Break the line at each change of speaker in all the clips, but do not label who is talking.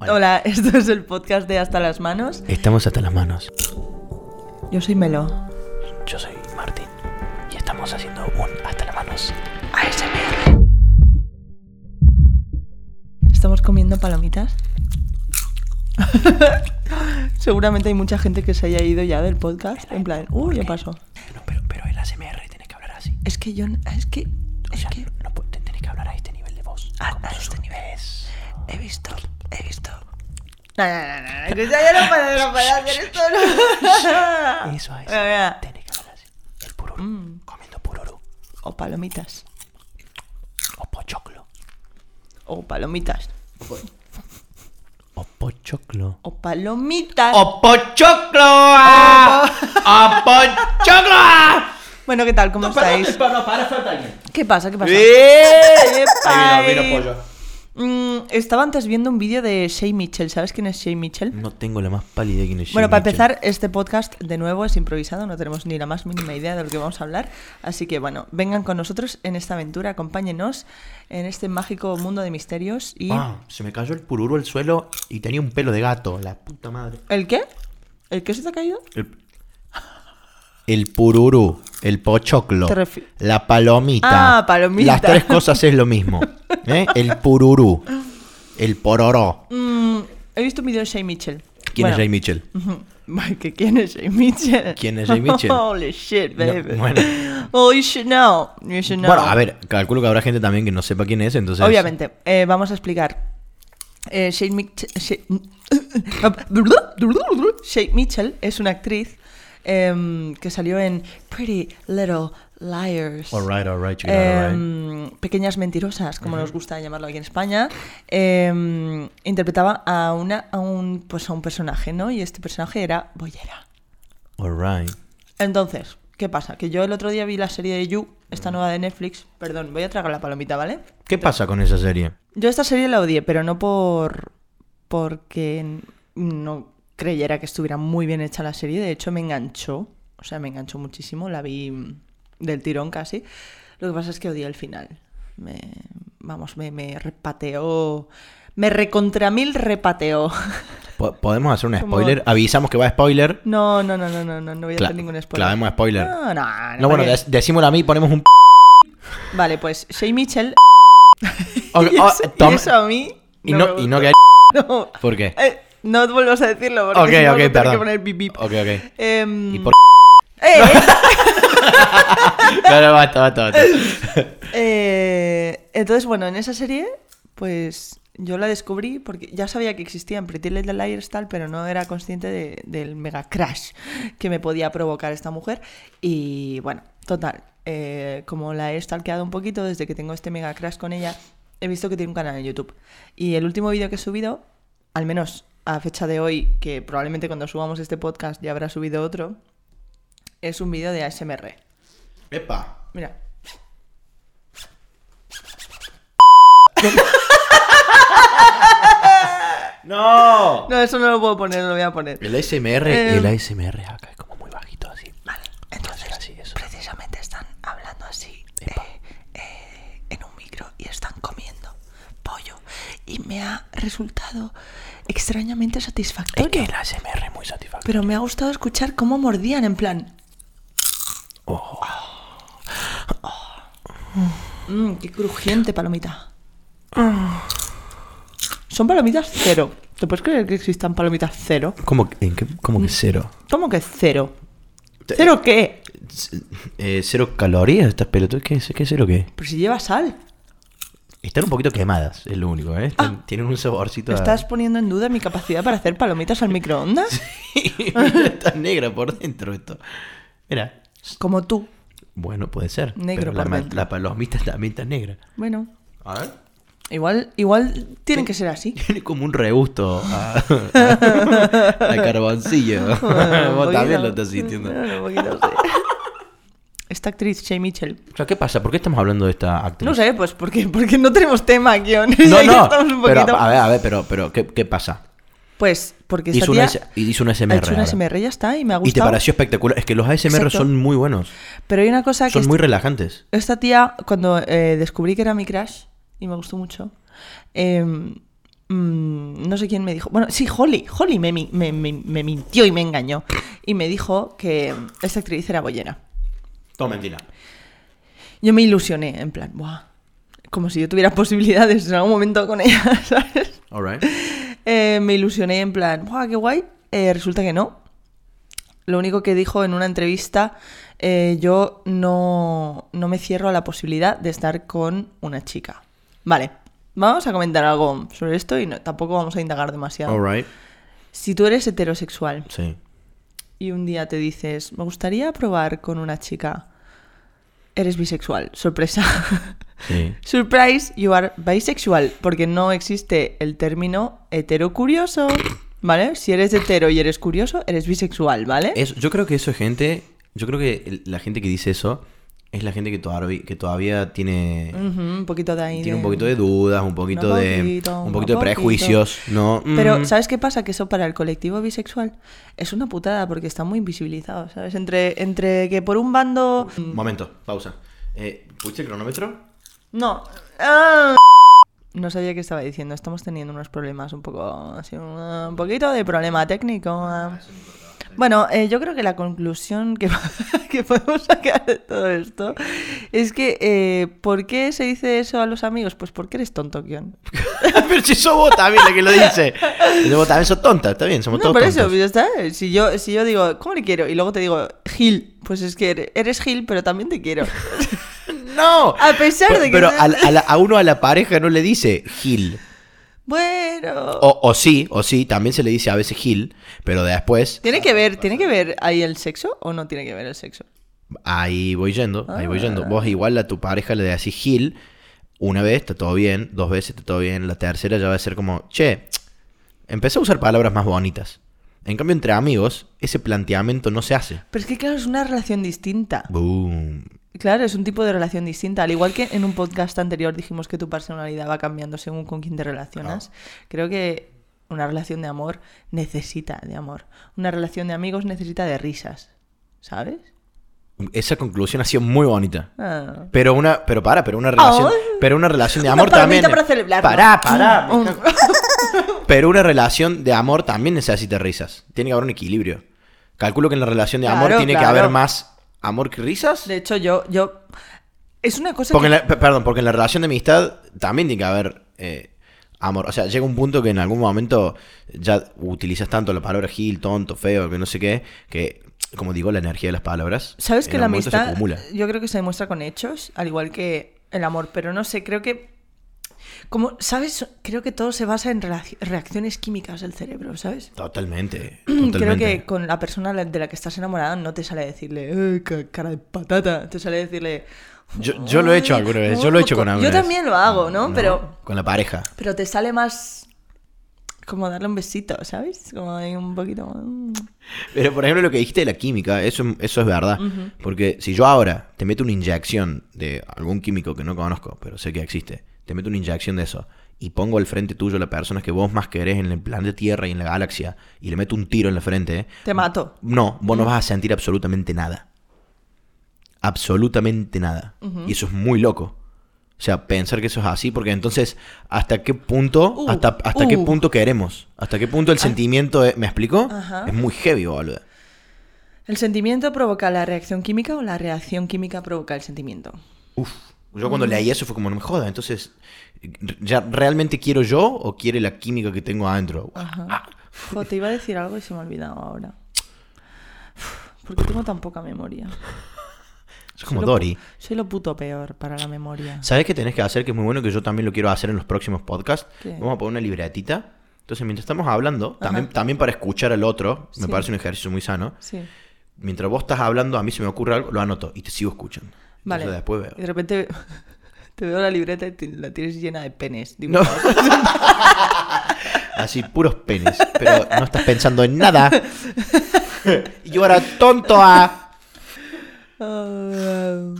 Hola. Hola, esto es el podcast de Hasta las Manos.
Estamos hasta las manos.
Yo soy Melo.
Yo soy Martín. Y estamos haciendo un hasta las manos.
ASMR. Estamos comiendo palomitas. Seguramente hay mucha gente que se haya ido ya del podcast. En plan, uy, ya pasó.
No, pero, pero el ASMR tiene que hablar así.
Es que yo. Es que.
O
Es
sea,
que.
no pu- te- tenés que hablar a este nivel de voz.
A-
Como
a este
susurro.
nivel.
Es-
He visto. He visto. No, no, no, no, no, que ya no puedo, no puedo hacer esto. no.
Eso es.
Ah, Mira, mira.
Tenés que hablar así. El pururu.
Mm.
Comiendo pururu.
O palomitas.
O pochoclo.
O palomitas.
O pochoclo.
O palomitas.
¡O pochoclo! ¡O pochoclo!
Bueno, ¿qué tal? ¿Cómo estáis?
para, para, falta alguien.
¿Qué pasa? ¿Qué pasa?
Ahí vino,
Ay.
vino pollo.
Mm, estaba antes viendo un vídeo de Shay Mitchell. ¿Sabes quién es Shay Mitchell?
No tengo la más pálida idea de quién es
Bueno,
Jimmy
para
Mm, Mitchell.
empezar, este podcast de nuevo es improvisado, no tenemos ni la más mínima idea de lo que vamos a hablar. Así que bueno, vengan con nosotros en esta aventura, acompáñenos en este mágico mundo de misterios y...
Ah, se me cayó el pururu al suelo y tenía un pelo de gato, la puta madre.
¿El qué? ¿El qué se te ha caído?
El, el pururu, el pochoclo,
Te refi-
la palomita.
Ah, palomita.
Las tres cosas es lo mismo. ¿eh? El pururu, el pororó.
Mm, he visto un video de Shay Mitchell.
¿Quién es Jay
Bueno,
Mitchell?
ujú, que ¿Quién es Shay Mitchell?
¿Quién es Jay Mitchell?
Holy shit,
No,
baby.
bueno.
Well, you should know. You should know.
Bueno, a ver, calculo que habrá gente también que no sepa quién es, entonces.
Obviamente, eh, vamos a explicar. Eh, Shane, Mich- Shane- Shane Mitchell es una actriz em, que salió en Pretty Little Liars.
Alright, alright, chiquita, alright.
Em, Pequeñas mentirosas, como nos gusta llamarlo aquí en España. Em, interpretaba a, una, a, un, pues a un personaje, ¿no? Y este personaje era Boyera.
Alright.
Entonces, ¿qué pasa? Que yo el otro día vi la serie de You, esta nueva de Netflix. Perdón, voy a tragar la palomita, ¿vale?
¿Qué pasa con esa serie?
Yo esta serie la odié, pero no por porque no creyera que estuviera muy bien hecha la serie. De hecho, me enganchó. O sea, me enganchó muchísimo. La vi mm, del tirón casi. Lo que pasa es que odié el final. Me, vamos, me, me repateó. Me recontra mil repateó.
Po- ¿Podemos hacer un
Como-
spoiler? Avisamos que va spoiler.
No, no, no, no, no, no, no voy a
Cla-
hacer ningún spoiler. Ah,
clavemos spoiler.
No, no, no.
No, bueno,
¿para qué?
dec- decímoslo a mí y ponemos un. p-
Vale, pues Shay Mitchell.
Ok,
y,
oh,
eso, y
toma.
eso a mí.
Y no,
me
y no
gusta.
que-
No.
¿Por qué?
Eh, no vuelvas a decirlo porque
Ok,
si no,
ok,
voy a tener
perdón.
que poner bip, bip.
Ok, ok.
Em,
¿Y por
eh,
No, no, basta, basta, basta.
eh, entonces, bueno, en esa serie, pues yo la descubrí porque ya sabía que existía en Pretty Little Liars tal, pero no era consciente de- del mega crash que me podía provocar esta mujer. Y bueno, total, eh, como la he stalkeado un poquito desde que tengo este mega crash con ella, he visto que tiene un canal en YouTube. Y el último vídeo que he subido, al menos a fecha de hoy, que probablemente cuando subamos este podcast ya habrá subido otro, es un vídeo de ASMR.
Epa.
Mira.
¡No!
No, eso no lo puedo poner, no lo voy a poner.
El ASMR,
Eh.
el ASMR acá es como muy bajito así. Vale, entonces así eso.
Precisamente están hablando así eh, eh, en un micro y están comiendo pollo. Y me ha resultado extrañamente
Es
satisfactorio.
que el ASMR es muy satisfactorio.
Pero me ha gustado escuchar cómo mordían, en plan. Mm, qué crujiente palomita. Son palomitas cero. ¿Te puedes creer que existan palomitas cero?
¿Cómo, que- en qué- cómo que cero?
¿Cómo que cero? Mm. ¿Cero qué?
C- eh, ¿Cero calorías estas pelotas? ¿Qué, es- qué cero qué?
Pero si lleva sal.
Están un poquito quemadas, es lo único, ¿eh? Están- Tienen un saborcito a-
Ah. ¿Estás poniendo en duda mi capacidad para hacer palomitas al microondas?
Mira, Está negra por dentro esto. Mira.
Como tú.
Bueno, puede ser.
Negro
pero la,
por
ma-
dentro.
la palomita también está negra.
Bueno,
A ver.
igual, igual tienen que ser así.
Tiene como un regusto a, a carboncillo.
Bueno, un
Vos también
poquito.
lo estás sintiendo.
Bueno, un poquito, sí. Esta actriz, Shay Mitchell.
O sea, ¿qué pasa? ¿Por qué estamos hablando de esta actriz?
No sé, pues porque, porque no tenemos tema, guión.
No,
Ahí
no,
estamos un
pero
poquito-
a ver, a ver, pero, pero ¿qué, qué pasa?
Pues porque esta
Hizo una,
tía
S- y hizo una
ha
SMR.
hecho una
ahora.
SMR, ya está, y me ha
Y te
gustado.
pareció espectacular. Es que los ASMR
Exacto.
son muy buenos.
Pero hay una cosa que
Son
esta-
muy relajantes.
Esta tía, cuando eh, descubrí que era mi crush, y me gustó mucho, eh, mm, no sé quién me dijo. Bueno, sí, Holly. Holly me, mi- me- me- me mintió y me engañó. Y me dijo que esta actriz era bollera.
Todo mentira.
Yo me ilusioné, en plan, ¡buah! Como si yo tuviera posibilidades en algún momento con ella, ¿sabes?
All right.
Eh, me ilusioné en plan, ¡guau, qué guay! Eh, resulta que no. Lo único que dijo en una entrevista, eh, yo no, no me cierro a la posibilidad de estar con una chica. Vale, vamos a comentar algo sobre esto y no- tampoco vamos a indagar demasiado.
All right.
Si tú eres heterosexual
Sí.
y un día te dices, me gustaría probar con una chica, eres bisexual, sorpresa.
Sí.
Surprise, you are bisexual, porque no existe el término hetero curioso, ¿vale? Si eres hetero y eres curioso, eres bisexual, ¿vale?
Eso- yo creo que eso es gente. Yo creo que el- la gente que dice eso es la gente que todavía, que todavía tiene.
Ujú, un poquito de ahí.
Tiene un poquito de dudas, un poquito de.
poquito,
un
un
poquito de
poquito.
prejuicios, ¿no? Mm.
Pero, ¿sabes qué pasa? Que eso para el colectivo bisexual es una putada porque está muy invisibilizado, ¿sabes? Entre, entre que por un bando.
Momento, pausa. Eh, ¿Pusiste el cronómetro?
No. ¡Ah! No sabía qué estaba diciendo. Estamos teniendo unos problemas un poco. así, un poquito de problema técnico. ah. Bueno, eh, yo creo que la conclusión que, que podemos sacar de todo esto es que eh, ¿por qué se dice eso a los amigos? Pues porque eres tonto, Kion.
pero si sos vos también la que lo dice. Yo vos también sos tonta, está bien, somos
No,
todos
por eso,
tontos.
ya está. Si yo, si yo digo, ¿cómo le quiero? Y luego te digo, Gil, pues es que eres- eres Gil, pero también te quiero.
No.
A pesar de que
Pero
no-
a, la- a la- a uno a la pareja no le dice Gil.
bueno.
O, o sí, o sí, también se le dice a veces Gil, pero después
¿Tiene que ver, tiene que ver ahí el sexo o no tiene que ver el sexo?
ahí voy yendo, ahí voy yendo. Vos igual a tu pareja le decís Gil, una vez está todo bien, dos veces está todo bien, la tercera ya va a ser como, che, empecé a usar palabras más bonitas. En cambio, entre amigos, ese planteamiento no se hace.
Pero es que, claro, es una relación distinta.
Boom.
Claro, es un tipo de relación distinta. Al igual que en un podcast anterior dijimos que tu personalidad va cambiando según con quién te relacionas, creo que una relación de amor necesita de amor. Una relación de amigos necesita de risas. ¿Sabes?
Esa conclusión ha sido muy bonita.
Ah.
Pero una, pero para, pero una relación, pero una relación de amor
palomita
también. eh.
para celebrarlo.
Pará, pará.
Mm,
Pero una relación de amor también necesita risas. Tiene que haber un equilibrio. Calculo que en la relación de amor
Claro,
tiene
claro.
que haber más amor que risas.
De hecho, yo, yo. Es una cosa
Porque
que.
en la- pe- perdón, porque en la relación de amistad también tiene que haber eh, amor. O sea, llega un punto que en algún momento ya utilizas tanto la palabra gil, tonto, feo, que no sé qué, que como digo, la energía de las palabras.
¿Sabes
en
que la
algún momento se
amistad
acumula.
yo creo que se demuestra con hechos, al igual que el amor, pero no sé, creo que como sabes, creo que todo se basa en relac- reacciones químicas del cerebro, ¿sabes?
Totalmente,
Creo
totalmente.
que con la persona de la que estás enamorada no te sale decirle "Eh, ca- cara de patata, te sale decirle
Yo, yo lo he hecho
"Ay,
alguna vez,
no,
yo lo he hecho con
co-
alguna
Yo
vez.
también lo hago, ¿no?
No,
Pero
Con la pareja.
pero te sale más como darle un besito, ¿sabes? Como ahí un poquito mm.
Pero por ejemplo lo que dijiste de la química, eso, eso es verdad. Porque si yo ahora te meto una inyección de algún químico que no conozco, pero sé que existe, te meto una inyección de eso y pongo al frente tuyo a la persona que vos más querés en el planeta Tierra y en la galaxia y le meto un tiro en la frente, ¿eh?
te mato.
no, vos no vas a sentir absolutamente nada. Absolutamente nada. Y eso es muy loco. O sea, pensar que eso es así, porque entonces, ¿hasta qué punto,
Uh,
hasta, hasta qué
uh.
punto queremos? ¿Hasta qué punto el sentimiento, es- me explico?
Ah. Ajá.
Es muy heavy, boludo.
¿El sentimiento provoca la reacción química o la reacción química provoca el sentimiento?
Uf. Yo cuando
Mm.
leí eso fue como, no me joda, entonces, ¿ya realmente quiero yo o quiere la química que tengo adentro? Ah,
Ajá. Jo, te iba a decir algo y se me ha olvidado ahora. Uf, ¿Por qué tengo tan poca memoria?
Es como
Soy lo pu-
Dory.
Soy lo puto peor para la memoria.
¿Sabes qué tenés que hacer? Que es muy bueno, que yo también lo quiero hacer en los próximos podcasts.
¿Qué?
Vamos a poner una libretita. Entonces, mientras estamos hablando, también, también para escuchar al otro, me
Sí.
parece un ejercicio muy sano.
Sí.
Mientras vos estás hablando, a mí se me ocurre algo, lo anoto y te sigo escuchando.
Vale.
Entonces, después veo.
Y de repente te veo la libreta y te- la tienes llena de penes. digo,
No. Así, puros penes. Pero no estás pensando en nada. Y yo era tonto a...
"Ah,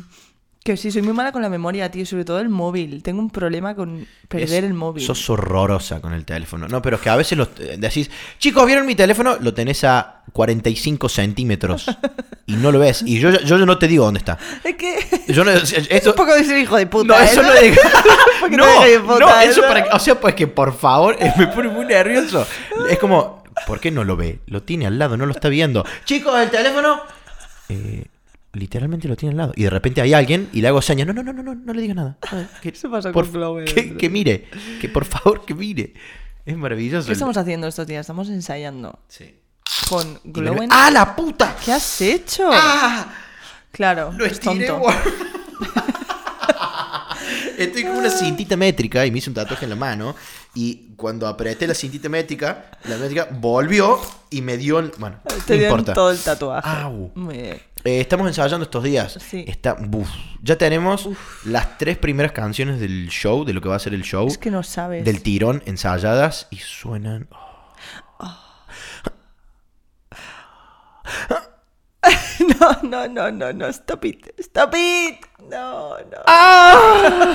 Que sí, soy muy mala con la memoria, tío, sobre todo el móvil. Tengo un problema con perder
Es-
el móvil.
Sos horrorosa con el teléfono. No, pero es que a veces los, eh, decís, chicos, ¿vieron mi teléfono? Lo tenés a 45 centímetros y no lo ves. Y yo, yo, yo no te digo dónde está.
Es que es
Yo no, esto,
un poco de ser hijo de puta.
no, eso
¿eh?
no diga-
Porque
no,
no deja de
no,
votar,
eso
¿no?
para que- O sea, pues que por favor, eh, me pone muy nervioso. Es como, ¿por qué no lo ve? Lo tiene al lado, no lo está viendo. Chicos, el teléfono. Eh, literalmente lo tiene al lado. Y de repente hay alguien y le hago señas. No, no, no, no, no, no le digas nada. A ver, Que,
Eso pasa con eh. Flower.
que, que mire. Que por favor, que mire. Es maravilloso.
¿Qué
el-
estamos haciendo estos días? Estamos ensayando
Sí.
con
Y me-
Glowen.
¡Ah, la puta!
¿Qué has hecho?
¡Ah!
claro,
Lo
es
estiré,
tonto.
guau. Estoy con una cintita métrica y me hice un tatuaje en la mano. Y cuando apreté la cintita métrica, la métrica volvió y me dio. el- Bueno,
Te
no
dieron
importa. Ah.
todo el tatuaje.
Au.
Muy bien.
Eh, estamos ensayando estos días.
Sí.
Está, buf. Ya tenemos las tres primeras canciones del show, de lo que va a ser el show,
Es que no sabes.
del tirón ensayadas y suenan. oh.
No, no, no, no, no. Stop it. Stop it. No, no.
Ah.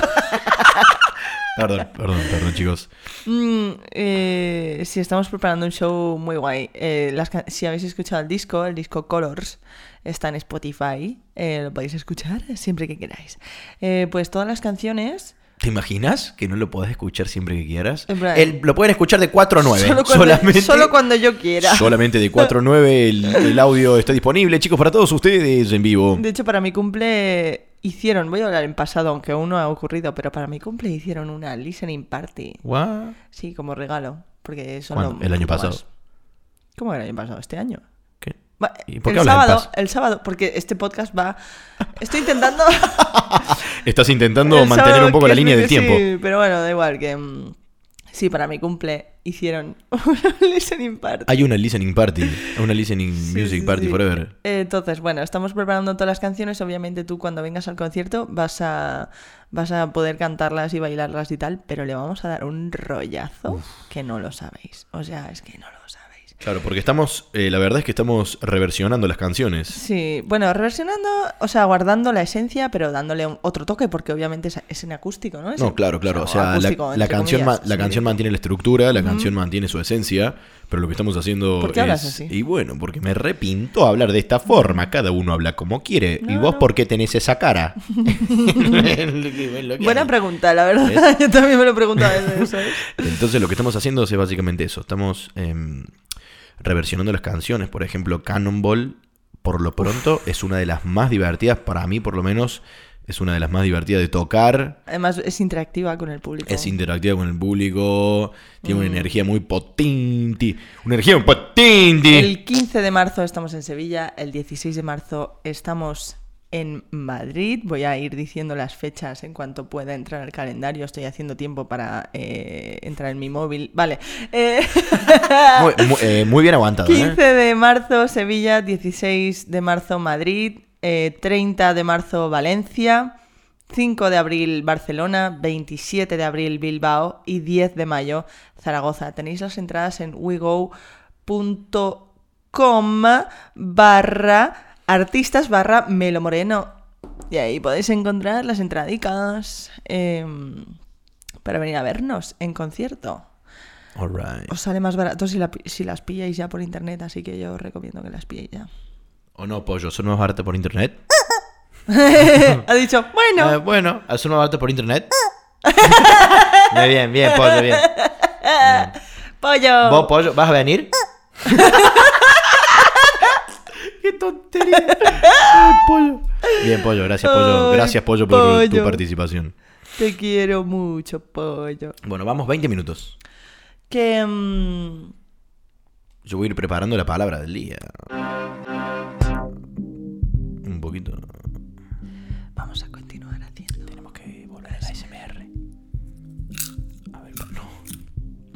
Perdón, perdón, perdón, chicos.
Mm, eh, sí, estamos preparando un show muy guay. Eh, las can- si habéis escuchado el disco, el disco Colors, está en Spotify. eh, lo podéis escuchar siempre que queráis. Eh, pues todas las canciones.
¿Te imaginas que no lo podés escuchar siempre que quieras?
En plan-
El- lo pueden escuchar de 4 a 9.
solo, cuando,
solamente,
solo cuando yo quiera.
solamente de 4 a 9 el, el audio está disponible, chicos, para todos ustedes en vivo.
De hecho, para mi cumple hicieron, voy a hablar en pasado, aunque aún no ha ocurrido, pero para mi cumple hicieron una listening party.
What?
Sí, como regalo. Porque son
¿Cuándo?
lo-
¿El año
más.
pasado?
¿Cómo el año pasado? ¿Este año?
¿Qué?
Va-
¿Y por qué
el
hablas del
sábado,
pas?
el sábado, porque este podcast va. Estoy intentando.
Estás intentando
el
mantener
sábado,
un poco la
que es
línea
mi-
del tiempo.
Sí, pero bueno, da igual que. mm, sí, para mi cumple hicieron un listening party.
Hay una listening party, una listening music
sí,
party
sí.
forever.
Entonces, bueno, estamos preparando todas las canciones. Obviamente tú cuando vengas al concierto vas a, vas a poder cantarlas y bailarlas y tal, pero le vamos a dar un rollazo que no lo sabéis. O sea, es que no lo sabéis.
Claro, porque estamos, eh, la verdad es que estamos reversionando las canciones.
Sí, bueno, reversionando, o sea, guardando la esencia, pero dándole un- otro toque, porque obviamente es, es en acústico, ¿no? Es
No,
en-
claro, claro. O sea, la,
Ah, acústico,
la
entre
canción, ma-
comillas,
la
sí.
canción mantiene la estructura, la canción mantiene su esencia, pero lo que estamos haciendo
¿Por qué
es...
hablas así?
Y bueno, porque me repinto hablar de esta forma. Cada uno habla como quiere. ¿Y
No,
vos
no.
por qué tenés esa cara?
Buena pregunta, la verdad.
¿Eh?
Yo también me lo pregunto a veces, ¿eh? ¿sabes?
Entonces lo que estamos haciendo es básicamente eso. Estamos em, reversionando las canciones. Por ejemplo, Cannonball, por lo pronto, es una de las más divertidas, para mí por lo menos, es una de las más divertidas de tocar.
Además, es interactiva con el público.
Es interactiva con el público, tiene
Mm.
una energía muy potente. Una energía potente.
El 15 de marzo estamos en Sevilla, el 16 de marzo estamos en Madrid. Voy a ir diciendo las fechas en cuanto pueda entrar al calendario. Estoy haciendo tiempo para eh, entrar en mi móvil. Vale. Eh,
Muy, muy- eh, muy bien aguantado, ¿eh?
15 de marzo Sevilla, 16 de marzo Madrid, eh, 30 de marzo Valencia, 5 de abril Barcelona, 27 de abril Bilbao y 10 de mayo Zaragoza. Tenéis las entradas en wego.com barra artistas barra Melo Moreno. Y ahí podéis encontrar las entradicas em, para venir a vernos en concierto.
All right.
Os sale más barato si, la pi- si las pilláis ya por internet, así que yo os recomiendo que las pilléis ya.
O no, pollo, son más barato por internet.
Ah, ha dicho, bueno,
Eh, bueno, son más barato por internet.
Ah.
Muy bien, bien, pollo, bien.
pollo.
¿Vos, pollo, vas a venir? ¡Qué tontería! Ay, pollo. Bien, pollo, gracias, pollo.
Ay,
Gracias, pollo, por tu
pollo.
participación.
Te quiero mucho, pollo.
Bueno, vamos 20 minutos.
Que... mm,
Yo voy a ir preparando la palabra del día. Un poquito.
vamos a continuar haciendo.
Tenemos que volver a ASMR. A ver, no.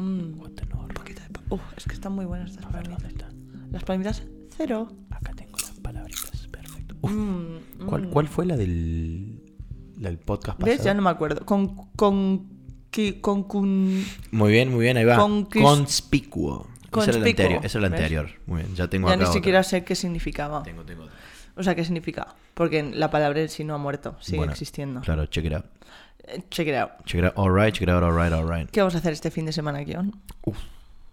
Mm,
What the no.
un poquito de... pa- Uf, es que están muy buenas estas palmitas.
está?
Las palmitas, cero.
Acá tengo las palabritas. Perfecto. Uh,
Mm,
¿Cuál,
mm.
cuál fue la del, la del podcast pasado?
¿Ves? Ya no me acuerdo. Con... Con... Con... Con... con...
Muy bien, muy bien, ahí va.
Conquis-
Conspicuo. Ese era el
Conspicuo,
anterior. Ese era el
¿ves?
anterior. Muy bien, ya tengo
Ya
acá
ni
otra.
siquiera sé qué significaba.
Tengo, tengo.
O O sea, ¿qué significa? Porque la palabra en sí no ha muerto, sigue
Bueno,
existiendo.
Claro, check it out.
Eh, Check it out.
Check it out, alright, check it out, alright, alright.
¿Qué vamos a hacer este fin de semana, Kion?
Uf.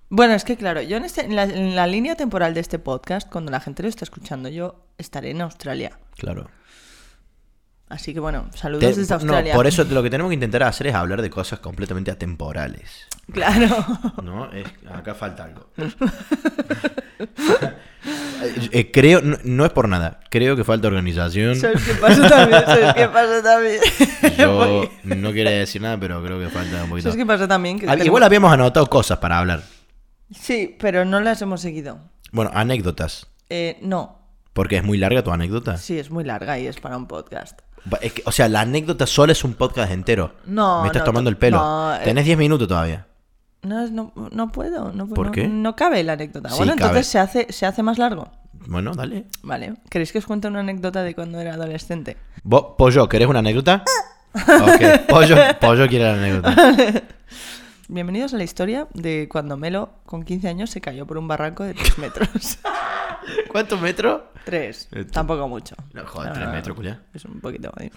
Bueno, es que claro, yo en, este- en la, en la línea temporal de este podcast, cuando la gente lo está escuchando, yo estaré en Australia.
Claro.
Así que bueno, saludos
Te-
desde
no,
Australia.
por eso lo que tenemos que intentar hacer es hablar de cosas completamente atemporales.
Claro.
¿No? Es- acá falta algo. Eh, creo, no, no es por nada. Creo que falta organización.
¿Sabes qué pasa también? ¿Sabes qué pasa también?
Yo
Porque-
no quiero decir nada, pero creo que falta un poquito.
¿Sabes qué pasa también? Que
Al-
tengo-
Ah, Igual habíamos anotado cosas para hablar.
Sí, pero no las hemos seguido.
Bueno, anécdotas.
Eh, no,
Porque es muy larga tu anécdota.
sí, es muy larga y es para un podcast.
Va- es que- o sea, la anécdota sola es un podcast entero.
No,
Me estás
no,
tomando
to-
el pelo.
no, eh.
Tenés 10 minutos todavía.
No, es- no, no puedo, no,
¿Por
no-
qué?
no cabe la anécdota.
Sí,
bueno,
cabe.
entonces se hace, se hace más largo.
Bueno, dale.
Vale, ¿queréis que os cuente una anécdota de cuando era adolescente?
Vos, Pollo, ¿querés una anécdota? Ok, Pollo, Pollo quiere la anécdota.
Bienvenidos a la historia de cuando Melo, con 15 años, se cayó por un barranco de 3 metros.
¿Cuántos metros?
3,
Eh, tú-
tampoco mucho.
No, joder,
La
tres
verdad,
metros, culiá.
Es un poquito más.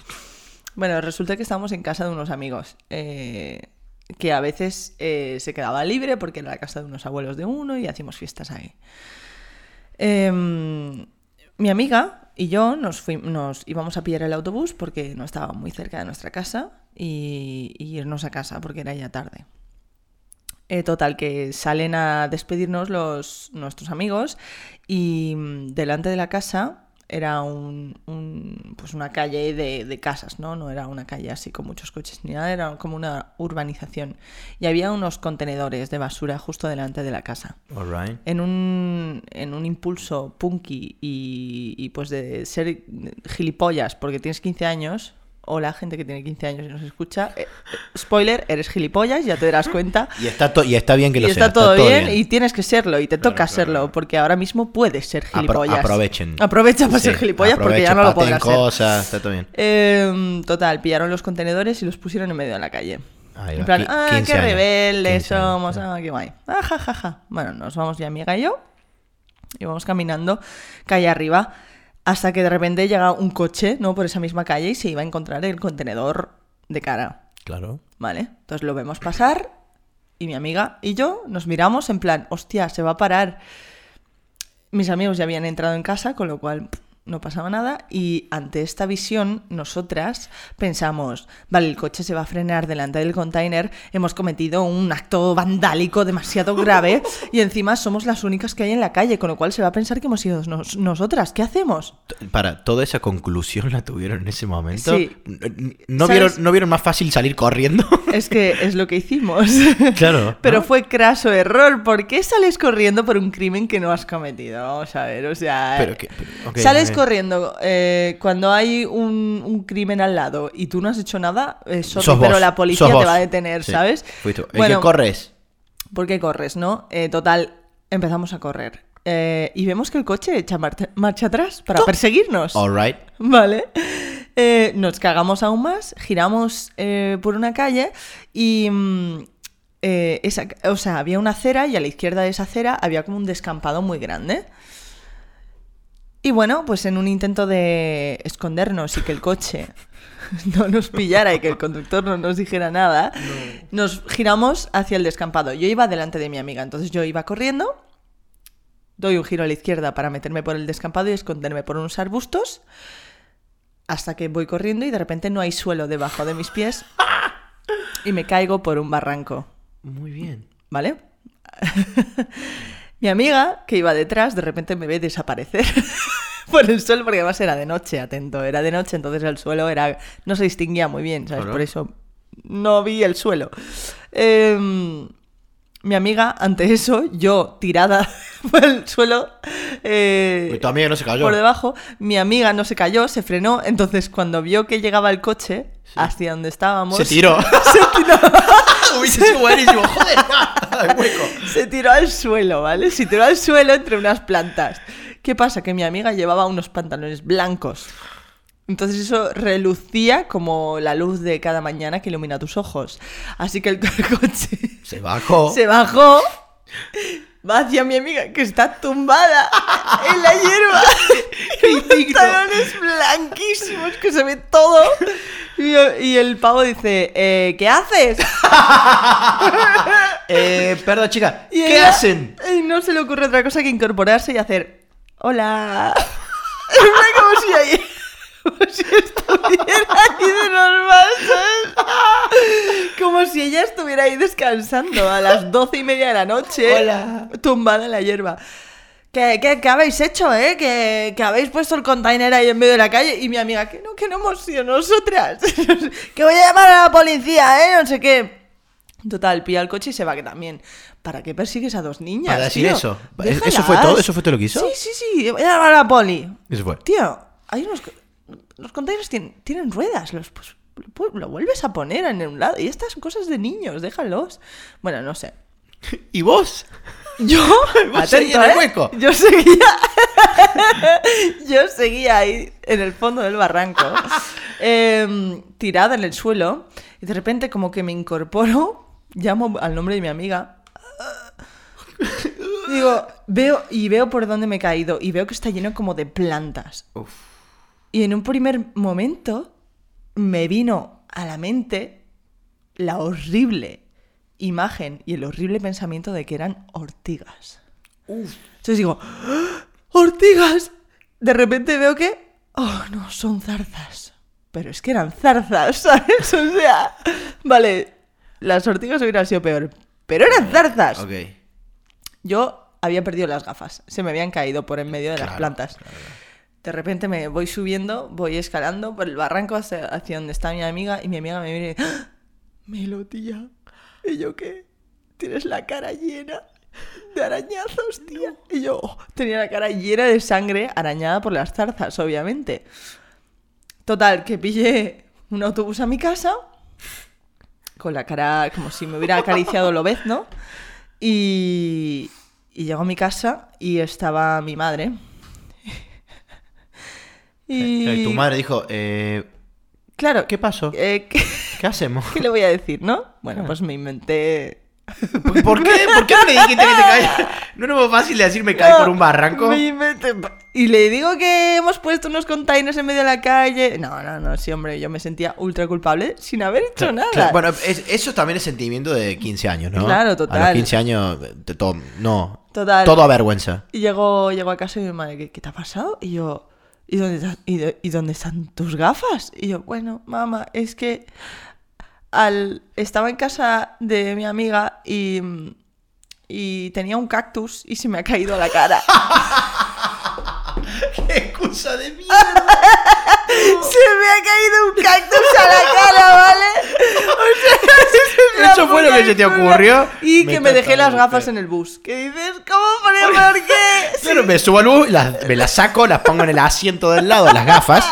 Bueno, resulta que estábamos en casa de unos amigos. eh, que a veces eh, se quedaba libre porque era la casa de unos abuelos de uno y hacíamos fiestas ahí. Em, mi amiga y yo nos, fui- nos íbamos a pillar el autobús porque no estaba muy cerca de nuestra casa y, y irnos a casa porque era ya tarde. Eh, total, que salen a despedirnos los, nuestros amigos y mm, delante de la casa era un, un- pues una calle de, de casas, ¿no? No era una calle así con muchos coches ni nada, era como una urbanización. Y había unos contenedores de basura justo delante de la casa
All right.
en un, en un impulso punky y, y, pues de ser gilipollas porque tienes 15 años, o la gente que tiene 15 años y nos escucha, eh, eh, spoiler, eres gilipollas, ya te darás cuenta.
Y está, to- y está bien que
Y
lo sea.
está todo, bien, y tienes que serlo y te
Claro,
toca
claro.
serlo porque ahora mismo puedes ser
Apro-
gilipollas.
aprovechen.
Aprovecha para
Sí,
ser gilipollas porque ya
aprovechen,
no lo
pateen
podrás ser.
cosas, está todo bien.
Em, total, pillaron los contenedores y los pusieron en medio de la calle.
Ahí va,
en plan,
qui-
ah,
15
qué
años,
rebeldes
15 años,
somos,
sí.
ah, qué guay. Ah, ja, ja, ja. Bueno, nos vamos mi amiga y yo y vamos caminando calle arriba hasta que de repente llega un coche, ¿no? Por esa misma calle y se iba a encontrar el contenedor de cara.
Claro.
Vale, entonces lo vemos pasar y mi amiga y yo nos miramos en plan, hostia, se va a parar. Mis amigos ya habían entrado en casa, con lo cual pff, no pasaba nada y ante esta visión nosotras pensamos, vale, el coche se va a frenar delante del container, hemos cometido un acto vandálico demasiado grave y encima somos las únicas que hay en la calle, con lo cual se va a pensar que hemos sido nos- nosotras, ¿qué hacemos?
T- Para, toda esa conclusión la tuvieron en ese momento.
Sí.
N- n- ¿No,
¿Sabes?
vieron, ¿No vieron más fácil salir corriendo?
Es que es lo que hicimos.
Claro,
Pero
¿no?
fue craso error. ¿Por qué sales corriendo por un crimen que no has cometido? Vamos a ver, o sea.
Pero que- pero- ok,
sales
ok.
corriendo eh, cuando hay un, un crimen al lado y tú no has hecho nada, eh, sorry,
Sos
pero
vos,
la policía
sos
te
vos.
va a detener,
Sí,
¿sabes?
fuiste vos. El
Bueno,
que corres.
¿Por qué corres, no? Eh, total, empezamos a correr. Eh, y vemos que el coche echa marcha, marcha atrás para perseguirnos.
All right.
Vale. Eh, nos cagamos aún más, giramos eh, por una calle y. mm, eh, esa, o sea, había una acera y a la izquierda de esa acera había como un descampado muy grande. Y bueno, pues en un intento de escondernos y que el coche no nos pillara y que el conductor no nos dijera nada, nos giramos hacia el descampado. Yo iba delante de mi amiga, entonces yo iba corriendo, doy un giro a la izquierda para meterme por el descampado y esconderme por unos arbustos, hasta que voy corriendo y de repente no hay suelo debajo de mis pies y me caigo por un barranco.
Muy bien.
¿Vale? Mi amiga, que iba detrás, de repente me ve desaparecer por el suelo, porque además era de noche, atento, era de noche, entonces el suelo era no se distinguía muy bien, ¿sabes?
Claro.
Por eso no vi el suelo. Em, mi amiga, ante eso, yo tirada por el suelo, eh,
Y tu amiga no se cayó.
por debajo, mi amiga no se cayó, se frenó, entonces cuando vio que llegaba el coche hacia donde estábamos,
Se tiró. Hubiese sido buenísimo. Joder, no, el hueco.
Se tiró al suelo, ¿vale? Se tiró al suelo entre unas plantas. ¿Qué pasa? Que mi amiga llevaba unos pantalones blancos. Entonces eso relucía como la luz de cada mañana que ilumina tus ojos. Así que el co- coche
Se bajó.
se bajó Va hacia mi amiga que está tumbada en la hierba. Con pantalones blanquísimos que se ve todo. Y, y el pavo dice, "Eh, ¿qué haces?
Eh, perdón, chica.
Y
¿Qué
ella,
hacen?
eh, No se le ocurre otra cosa que incorporarse y hacer, hola. En plan, como si ahí... Como si estuviera ahí de normal, ¿sabes? Como si ella estuviera ahí descansando a las doce y media de la noche.
Hola.
Tumbada en la hierba. ¿Qué, qué, qué habéis hecho, eh? ¿Que, que habéis puesto el container ahí en medio de la calle. Y mi amiga, que no, que no hemos sido nosotras. que voy a llamar a la policía, eh, no sé qué. Total, pilla el coche y se va que también. ¿Para qué persigues a dos niñas?
Para decir
tío?
eso. ¿Eso fue todo? ¿Eso fue todo lo que hizo?
Sí, sí, sí. Voy a llamar a la poli.
Eso fue.
Tío, hay unos. co- Los containers tienen, tienen ruedas. Los, pues, lo- lo vuelves a poner en un lado. Y estas cosas de niños, déjalos. Bueno, no sé.
¿Y vos?
Yo, ¿eh?
Vos seguías en el hueco.
Yo seguía. yo seguía ahí en el fondo del barranco, em, tirada en el suelo, y de repente, como que me incorporo, llamo al nombre de mi amiga. Digo, veo y veo por dónde me he caído, y veo que está lleno como de plantas.
Uf.
Y en un primer momento me vino a la mente la horrible imagen y el horrible pensamiento de que eran ortigas. Entonces digo, ¡Ah! ¡ortigas! De repente veo que, oh no, son zarzas. Pero es que eran zarzas, ¿sabes? O sea, vale, las ortigas hubieran sido peor, pero eran zarzas.
Ok.
Yo había perdido las gafas, se me habían caído por en medio de
Claro,
las plantas. De repente me voy subiendo, voy escalando por el barranco hacia, hacia donde está mi amiga y mi amiga me mira y ¡Ah! Melodía. ¿Y yo qué? Tienes la cara llena de arañazos, tía. Y yo oh, tenía la cara llena de sangre arañada por las zarzas, obviamente. Total, que pillé un autobús a mi casa con la cara como si me hubiera acariciado lo vez, ¿no? Y, y llego a mi casa y estaba mi madre. Y,
Eh, tu madre dijo, eh,
Claro.
¿qué pasó?
eh, ¿qué,
¿Qué hacemos?
qué le voy a decir, no? Bueno, pues me inventé.
¿Por qué? ¿Por qué no le dijiste que te caía? ¿No era más fácil de decir me caí por un barranco?
Me inventé- Y le digo que hemos puesto unos containers en medio de la calle. No, no, no, sí, hombre, yo me sentía ultra culpable sin haber hecho
Claro,
nada.
claro. Bueno, es- eso también es sentimiento de 15 años, ¿no?
Claro, total.
A los 15 años, eh, te- todo, no.
Total.
Todo avergüenza.
Y llegó, llegó a casa y mi madre, ¿qué, qué te ha pasado? Y yo, ¿y dónde, ta- y, de- y dónde están tus gafas? Y yo, bueno, mamá, es que al, estaba en casa de mi amiga y, y tenía un cactus y se me ha caído a la cara.
¡Qué excusa de mierda!
¡Se me ha caído un cactus a la cara, ¿vale? O sea, es la
¿Eso fue lo
puta
que se te
excusa.
ocurrió?
Y
Me
que me dejé
encanta,
las
me
gafas
encanta.
en el bus. ¿Qué dices? ¿Cómo? ¿Por por qué?
Claro, me subo al bus, las- me las saco, las pongo en el asiento del lado, las gafas,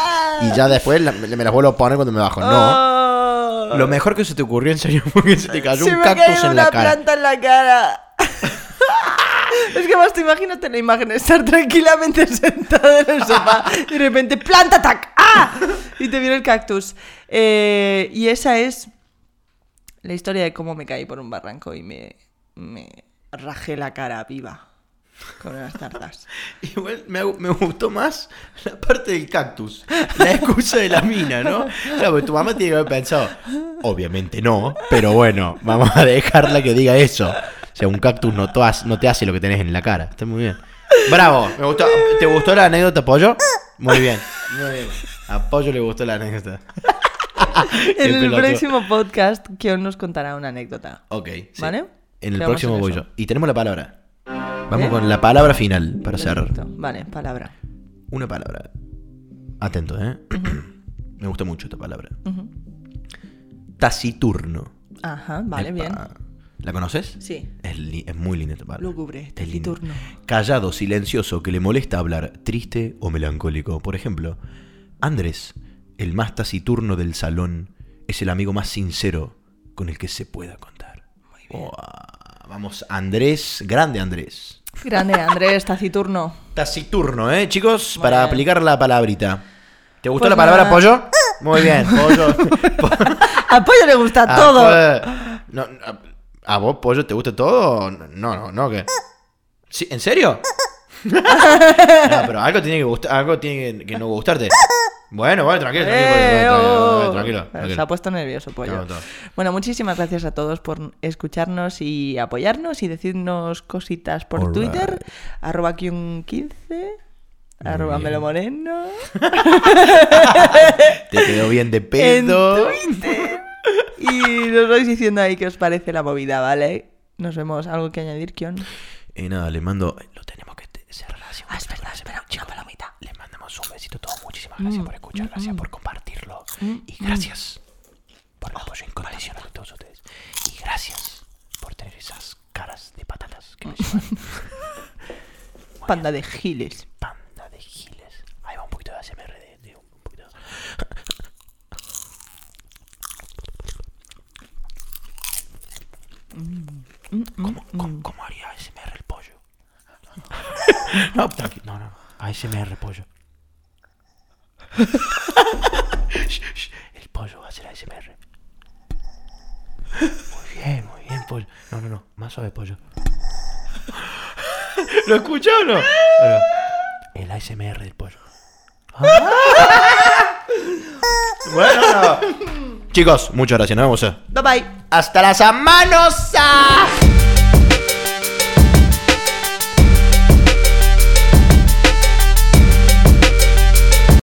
y ya después la- me, me las vuelvo a poner cuando me bajo. No.
Oh.
Lo mejor que se te ocurrió en serio fue que se te cayó
Se
un
me ha
cactus
caído
en
una
la cara.
planta en la cara. es que más te imagínate la imagen, estar tranquilamente sentada en el sofá y de repente planta tac, ¡ah! Y te viene el cactus. Eh, y esa es la historia de cómo me caí por un barranco y me, me rajé la cara viva con unas tartas.
Igual me, hago- me gustó más la parte del cactus, la excusa de la mina, ¿no? Claro, porque tu mamá tiene que haber pensado, obviamente no, pero bueno, vamos a dejarla que diga eso. O sea, un cactus no, to- no te hace lo que tenés en la cara. Está muy bien. Bravo, me gustó. ¿Te gustó la anécdota, Pollo? Muy bien, muy bien. A Pollo le gustó la anécdota.
en el
pelotudo.
próximo podcast, Kion nos contará una anécdota.
Ok. sí.
¿Vale?
En el
Quedamos
próximo
en
voy
eso.
yo. Y tenemos la palabra. Vamos
¿Eh?
con la palabra final para cerrar.
Perfecto. Vale, palabra.
Una palabra. Atento, ¿eh? Me gusta mucho esta palabra.
Ujú.
Taciturno.
Ajá, vale, bien.
Epa. ¿La conoces?
Sí.
Es, li- es muy linda esta palabra.
Lúgubre,
Es linda.
taciturno.
Callado, silencioso, que le molesta hablar, triste o melancólico. Por ejemplo, Andrés, el más taciturno del salón, es el amigo más sincero con el que se pueda contar. Buah, vamos, Andrés, grande Andrés.
Grande, Andrés, taciturno.
Taciturno, ¿eh, chicos?
Muy
para
bien.
aplicar la palabrita. ¿Te gustó
Pues
la palabra
nada.
pollo? Muy bien, pollo.
A Pollo le gusta
Ah,
todo.
pues, no, no, ¿A vos, pollo, te gusta todo? No, no, no, que. Sí, ¿En serio? no, pero algo tiene que gustar, algo tiene que, que no gustarte. Bueno, bueno, tranquilo, tranquilo,
Eh, oh.
tranquilo, tranquilo, tranquilo,
Se ha
tranquilo.
puesto nervioso, pollo.
Claro, claro.
Bueno, muchísimas gracias a todos por escucharnos y apoyarnos y decirnos cositas por
All
Twitter. Arroba Kyun15, arroba
bien.
Melomoreno.
Te quedó bien de
En
pedo.
Twitter. Y nos vais diciendo ahí qué os parece la movida, ¿vale? Nos vemos. ¿Algo que añadir, Kion?
Y nada, le mando. Lo tenemos que te- cerrar la
Ah, es verdad, espera, una palomita. Mm,
Les mandamos un besito a todos. Muchísimas gracias por escuchar, gracias por compartirlo. Y gracias por el
Oh,
apoyo incondicional de todos ustedes. Y gracias por tener esas caras de patatas
Mm.
que me llaman
Panda de giles.
panda de giles. Ahí va un poquito de ASMR de, de un eh, un poquito. Mm, ¿Cómo, cómo, cómo haría ASMR el pollo? No, tranqui- no, no. ASMR pollo. Shh, shh, El pollo va a hacer ASMR. Muy bien, muy bien, pollo. No, no, no. Más suave, pollo. ¿Lo escuchó o no? Bueno, el ASMR del pollo. bueno, chicos, muchas gracias. Nos vemos. eh.
Bye bye.
Hasta las manos.